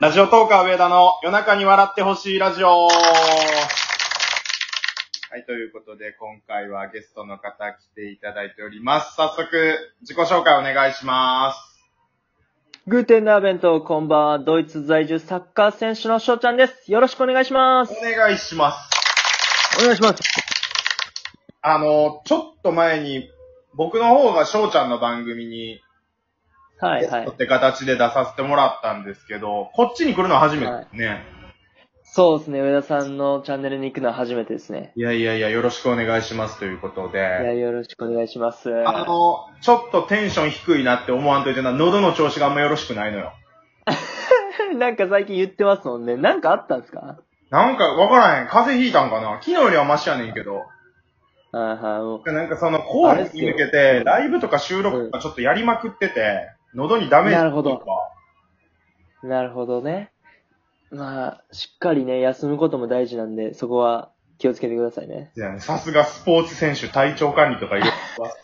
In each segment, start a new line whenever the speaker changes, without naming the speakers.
ラジオトーカー上田の夜中に笑ってほしいラジオはい、ということで、今回はゲストの方来ていただいております。早速、自己紹介お願いします。
グーテンダーベント、こんばんは。ドイツ在住サッカー選手の翔ちゃんです。よろしくお願いしま
お
す。
願いします。
お願いします。
あの、ちょっと前に、僕の方が翔ちゃんの番組に、
はい
ゲ
は
ストっ
い。
て形で出させてもらったんですけど、こっちに来るのは初めてですね。
そうですね、上田さんのチャンネルに行くのは初めてですね。
いやいやいや、よろしくお願いしますということ
いや、
で。
よろしくお願いします。
あの、ちょっとテンション低いなって思わんといてな、喉の調子があんまよろしくないのよ。
なんか最近言ってますもんね。なんかあったんですか
なんかわからへん。風邪ひいたんかな昨日よりはマシやねんけど。
はいはい。もう
なんかその、後期に向けて、ライブとか収録とかちょっとやりまくってて、喉にダメージ
なるほど
とか
なるほどね。まあ、しっかりね、休むことも大事なんで、そこは気をつけてくださいね。
じゃあねさすがスポーツ選手、体調管理とか言わす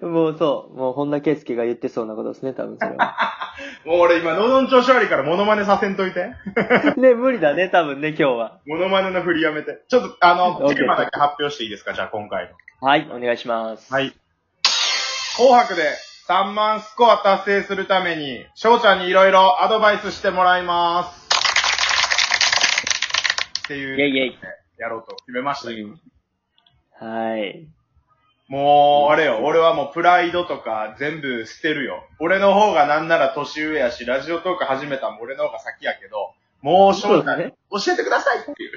と。
もうそう、もう本田圭佑が言ってそうなことですね、多分それ は。
もう俺今喉の調子悪いからモノマネさせんといて。
ね、無理だね、多分ね、今日は。
モノマネの振りやめて。ちょっと、あの、
OK
テーマだけ発表していいですかじゃあ今回の。
はい、お願いします。
はい。紅白で3万スコア達成するために、翔ちゃんにいろいろアドバイスしてもらいます。って
イ
いう。
ェイイェイ。
やろうと決めましたけど、
はい。
もう、あれよ、俺はもうプライドとか全部捨てるよ。俺の方がなんなら年上やし、ラジオトーク始めたのも俺の方が先やけど、もう翔太
そうだ
に
ね
教えてくださいっていう。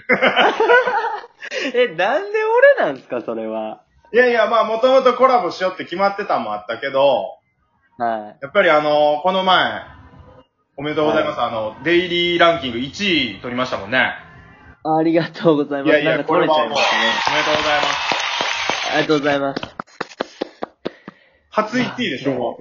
え、なんで俺なんですか、それは。
いやいや、まあもともとコラボしようって決まってたんもあったけど、
はい。
やっぱりあの、この前、おめでとうございます。あの、デイリーランキング1位取りましたもんね。
ありがとうございます。
いやいや
なんか取れちゃいましたね。
おめでとうございます。
ありがとうございます。
初1位でしょ、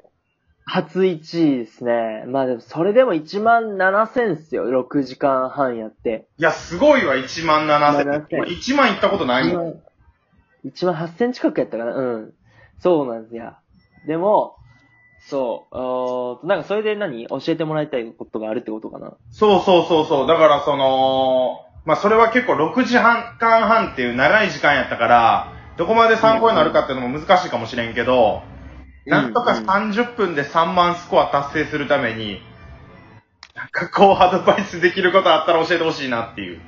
初1位ですね。まあでも、それでも1万7000っすよ。6時間半やって。
いや、すごいわ、1万7000。
7000
俺1万いったことない
1
もん。
万、1万8000近くやったかなうん。そうなんですや。でも、そう、おーなんかそれで何教えてもらいたいことがあるってことかな
そうそうそうそう。だからその、まあそれは結構6時半間半っていう長い時間やったから、どこまで参考になるかっていうのも難しいかもしれんけど、
うん
なんとか30分で3万スコア達成するために、なんかこうアドバイスできることあったら教えてほしいなっていう。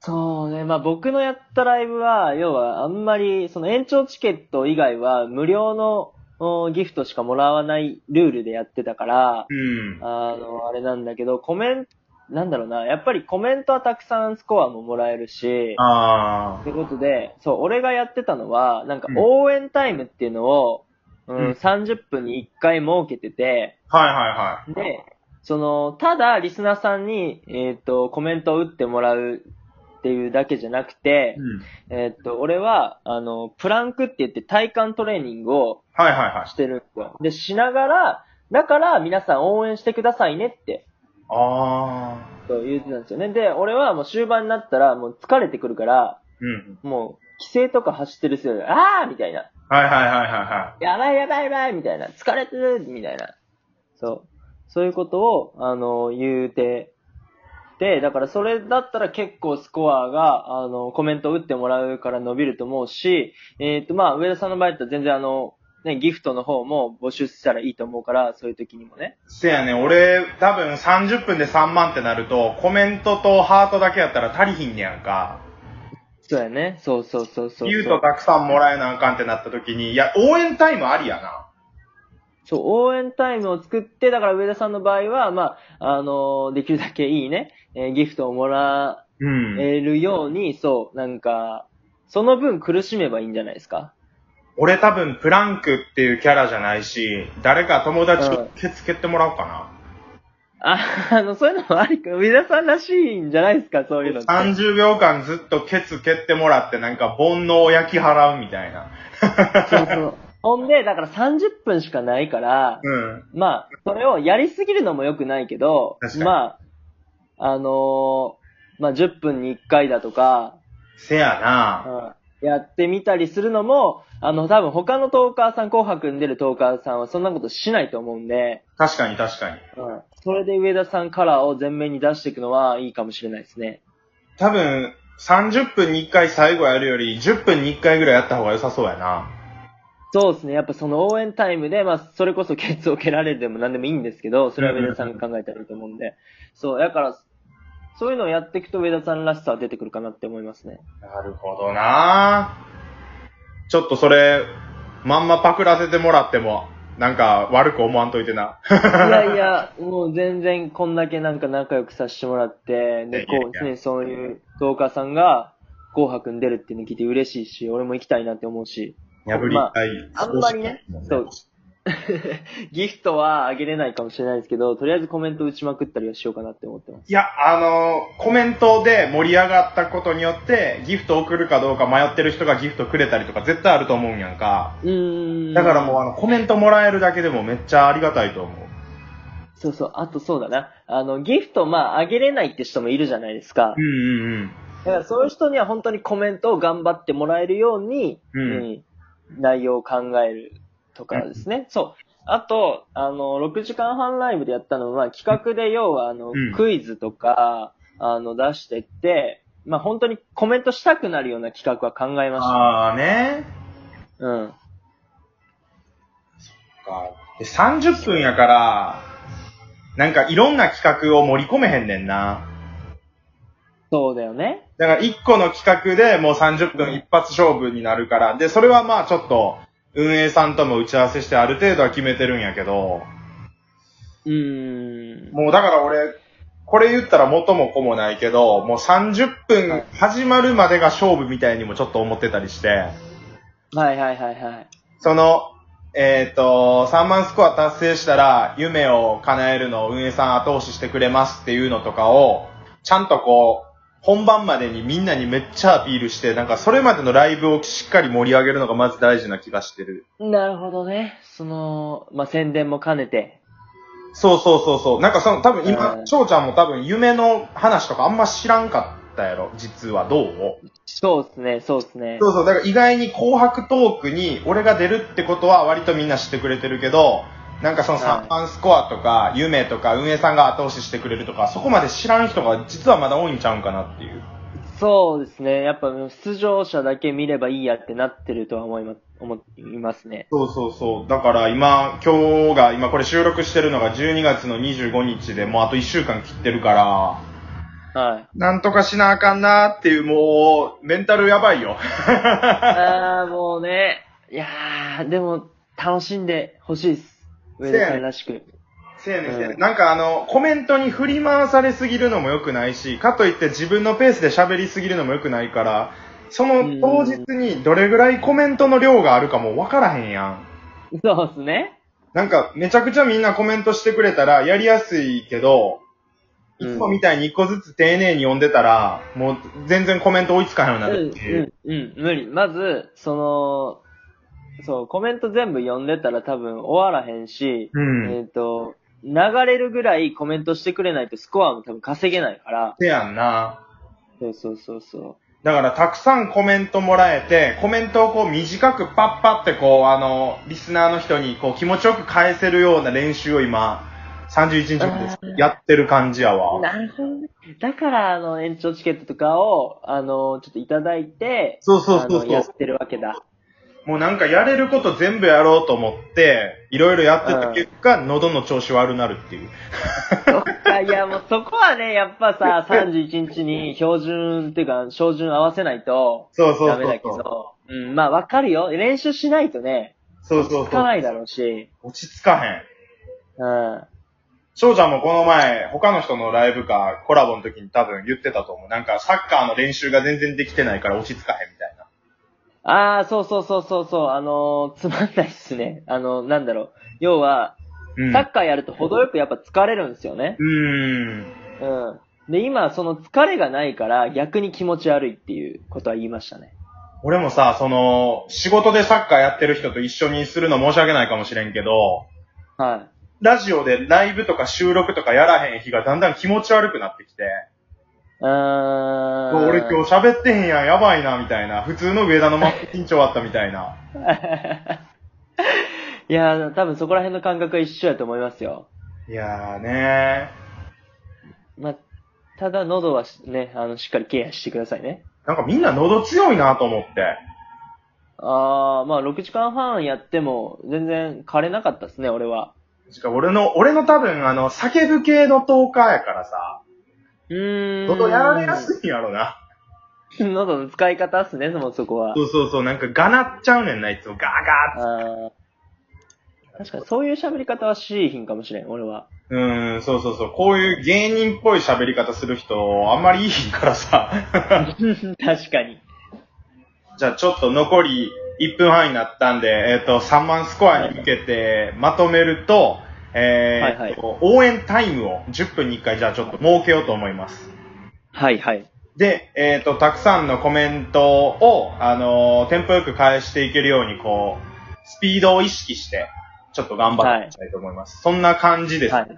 そうね。まあ僕のやったライブは、要はあんまり、その延長チケット以外は無料のおギフトしかもらわないルールでやってたから、
うん。
あの、あれなんだけど、コメント、なんだろうな、やっぱりコメントはたくさんスコアももらえるし、
あ
ってことで、そう、俺がやってたのは、なんか
うん
応援タイムっていうのを、うん
うん
30分に1回設けてて、
あ。はいはいはい。
で、その、ただリスナーさんに、えっ、と、コメントを打ってもらうっていうだけじゃなくて、
うん。
えーっと、俺は、あの、プランクって言って体幹トレーニングを
はいはいはい
し。てるんですよ。で、しながら、だから皆さん応援してくださいねって、
ああ。
と言ってたんですよね。で、俺はもう終盤になったらもう疲れてくるから、
うん。
もう、規制とか走ってるせいで、あーみたいな。
はいはいはいはいは
やばいやばいやばいみたいな。疲れてるみたいな。そう。そういうことを、あの、言うて、で、だからそれだったら結構スコアが、あの、コメントを打ってもらうから伸びると思うし、えっ、と、まあ、上田さんの場合だったら全然あの、ね、ギフトの方も募集したらいいと思うから、そういう時にもね。
い。せやね、俺、多分30分で3万ってなると、コメントとハートだけやったら足りひんねやんか。
そうやね。そうそうそうそうそう。
言うとたくさんもらえなあかんってなった時に、いや、応援タイムありやな。
そう、応援タイムを作って、だから上田さんの場合は、まあ、あの、できるだけいいね、えーギフトをもら
うん。
えるように、そう、なんか、その分苦しめばいいんじゃないですか。
俺多分、プランクっていうキャラじゃないし、誰か友達
う
と
ん
けつけてもらおうか
あ、 あの、そういうのもありか、皆さんらしいんじゃないですか、そういうの
な。
って。
30秒間ずっとケツ蹴ってもらって、なんか煩悩を焼き払うみたいな。
そうそうほんで、だから30分しかないから、
うん。
まあ、それをやりすぎるのも良くないけど
確か、に
まあ、あのーまあ10分に1回だとか、
せやな。
やってみたりするのもあの、多分他のトーカーさん、紅白に出るトーカーさんはそんなことしないと思うんで、
確かに確かに。
うん。それで上田さんカラーを前面に出していくのはいいかもしれないですね。
多分、30分に1回最後やるより、10分に1回ぐらいやった方が良さそうやな。
そうですね。やっぱその応援タイムで、まあ、それこそケツを蹴られるでも何でもいいんですけど、それは上田さんが考えたらいいと思うんで。そう、だから、そういうのをやっていくと上田さんらしさは出てくるかなって思いますね。
なるほどなちょっとそれ、まんまパクらせてもらっても、なんか悪く思わんといてな。
いやいや、もう全然こんだけなんか仲良くさせてもらって、で、こ
い
う、
やいやいや
ね、そういうトーカーさんが、紅白に出るっていうの聞いて嬉しいし、俺も行きたいなって思うし。
破りたい。
ああんまりねそう。ギフトはあげれないかもしれないですけど、とりあえずコメント打ちまくったりはしようかなって思ってます。
いや、あのコメントで盛り上がったことによって、ギフト送るかどうか迷ってる人がギフトくれたりとか絶対あると思うんやんか。
うーん。
だからもうあの、コメントもらえるだけでもめっちゃありがたいと思う。
そうそう、あとそうだな。あの、ギフト、まあ、あげれないって人もいるじゃないですか
う。んうんうん。
だからそういう人には本当にコメントを頑張ってもらえるように、
うん
内容を考えるとかですね。そう。あと、あの、6時間半ライブでやったのは、企画で要は、あの、
うん
クイズとか、あの、出してって、まあ、本当にコメントしたくなるような企画は考えまし
ああね。
た。うん。
かで30分やから、なんかいろんな企画を盛り込めへんねんな。
そうだよね。
だから1個の企画でもう30分一発勝負になるから、で、それはまあちょっと運営さんとも打ち合わせしてある程度は決めてるんやけど、
うーん。
もうだから俺、これ言ったら元も子もないけど、もう30分始まるまでが勝負みたいにもちょっと思ってたりして、
はいはいはいはい。
その、えっ、と、3万スコア達成したら、夢を叶えるのを運営さん後押ししてくれますっていうのとかを、ちゃんとこう、本番までにみんなにめっちゃアピールして、なんかそれまでのライブをしっかり盛り上げるのがまず大事な気がしてる。
なるほどね。その、まあ、宣伝も兼ねて。
そうそうそうそう。なんかその、多分
う
今、
ん
翔、ちゃんも多分夢の話とかあんま知らんかったやろ、実は。どう
そうですね、そうですね。
そうそう、だから意外に紅白トークに俺が出るってことは割とみんな知ってくれてるけど、なんかその
はい
3番スコアとか、夢とか、運営さんが後押ししてくれるとか、そこまで知らん人が実はまだ多いんちゃうんかなっていう。
そうですね。やっぱ出場者だけ見ればいいやってなってるとは思いま思いますね。
そうそうそう。だから今、今日が、今これ収録してるのが12月の25日でもうあと1週間切ってるから、
はい。
なんとかしなあかんなっていう、もう、メンタルやばいよ。
ああ、もうね。いやー、でも、楽しんでほしいです。上田さんらしく。
せやねんせやね
うん
ん。なんかあの、コメントに振り回されすぎるのも良くないし、かといって自分のペースで喋りすぎるのも良くないから、その当日にどれぐらいコメントの量があるかも分からへんやん。
そうですね。
なんか、めちゃくちゃみんなコメントしてくれたらやりやすいけど、い
うん
つもみたいに一個ずつ丁寧に読んでたら、もう全然コメント追いつかへんように
う
なる
ん
っていう。、
うん、うん、無理。まず、その、そう、コメント全部読んでたら多分終わらへんし、
うん。
えっ、と、流れるぐらいコメントしてくれないとスコアも多分稼げないから。
せやんな。
そうそうそうそ
だから、たくさんコメントもらえて、コメントをこう短くパッパってこう、あの、リスナーの人にこう気持ちよく返せるような練習を今、31日まで
あー
やってる感じや
う。
わ。
なるほどね。だから、あの、延長チケットとかを、あの、ちょっといただいて、
そうそうそう
あの
そ
や
う
っ。てるわけだ。
もうなんかやれること全部やろうと思って、いろいろやってた結果、喉の調子悪なるっていう。
そっか、いや、もうそこはね、やっぱさ、31日に標準っていうか、照準合わせないと、
そうそう
ダ
そう
メだけ
そう。
ど。うん、まあわかるよ。練習しないとね、
そうそう
つ
そ
か
う。
ないだろうし。
落ち着かへん。
うん。
翔ちゃんもこの前、他の人のライブかコラボの時に多分言ってたと思う。なんかサッカーの練習が全然できてないから落ち着かへんみたいな。
ああ、そうそうそうそうそう、あのーつまんないっすね。あのなんだろう。要は、
うん
サッカーやると程よくやっぱ疲れるんですよね。
うーん。
うん。で、今、その疲れがないから逆に気持ち悪いっていうことは言いましたね。
俺もさ、その、仕事でサッカーやってる人と一緒にするの申し訳ないかもしれんけど、
は
ラジオでライブとか収録とかやらへん日がだんだん気持ち悪くなってきて、
い。うーん。
俺今日喋ってへんやん、やばいな、みたいな。普通の上田のマップ緊張あったみたいな。
いやー、多分そこら辺の感覚は一緒やと思いますよ。
いやーね
まあ、ただ喉はしね、あの、しっかりケアしてくださいね。
ー。なんかみんな喉強いなと思って。
あー、まあ6時間半やっても全然枯れなかったですね、俺は。
しかも俺の、俺の多分あの、叫ぶ系のトーカーやからさ、
うーん。
喉やられやすいんやろな。
喉の使い方っすね、もうそこは。
そうそうそう、なんかガナっちゃうねんな、いつも。ガーガーっ
あー確かにそういう喋り方はしいひんかもしれん、俺は。
て。うーん、そうそうそう。こういう芸人っぽい喋り方する人、あんまりいいからさ。
確かに。
じゃあちょっと残り1分半になったんで、えっ、と、3万スコアに向けてまとめると、えー
はいはい
応援タイムを10分に1回じゃあちょっと設けようと思います。
はいはい。
で、えっ、と、たくさんのコメントを、あのーテンポよく返していけるように、こう、スピードを意識して、ちょっと頑張っていきたいと思います。そんな感じです。
はい。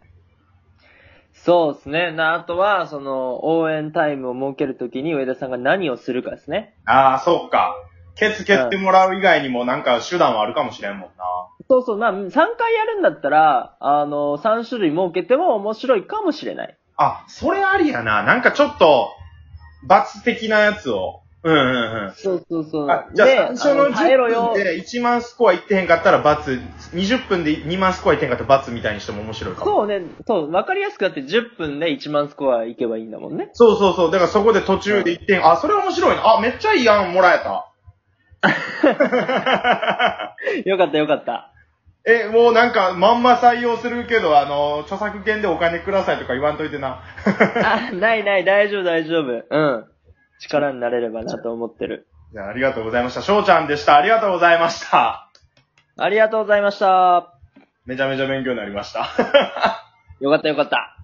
そうですね。な、あとは、その、応援タイムを設けるときに上田さんが何をするかですね。
ああ、そうか。ケツ蹴ってもらう以外にもなんか手段はあるかもしれんもんな。
そうそう、まあ、3回やるんだったら、あの、3種類設けても面白いかもしれない。
あ、それありやな。なんかちょっと、罰的なやつを。うんうんうん。
そうそうそう。
あじゃあ
で
最初の
あ耐えろ
10
よ
分。で1万スコアいってへんかったら罰、20分で2万スコアいってへんかったら罰みたいにしても面白いかも。
そうね、そう、わかりやすくだって10分で1万スコアいけばいいんだもんね。
そうそうそう。だからそこで途中で1点、あ、それ面白いな。あ、めっちゃいいやん、もらえ た。
よかったよかった。
え、もうなんか、まんま採用するけど、あの、著作権でお金くださいとか言わんといてな。
あ、ないない、大丈夫大丈夫。うん。力になれればなと思ってる。
じゃあ、ありがとうございました。翔ちゃんでした。ありがとうございました。
ありがとうございました。
めちゃめちゃ勉強になりました。
よかったよかった。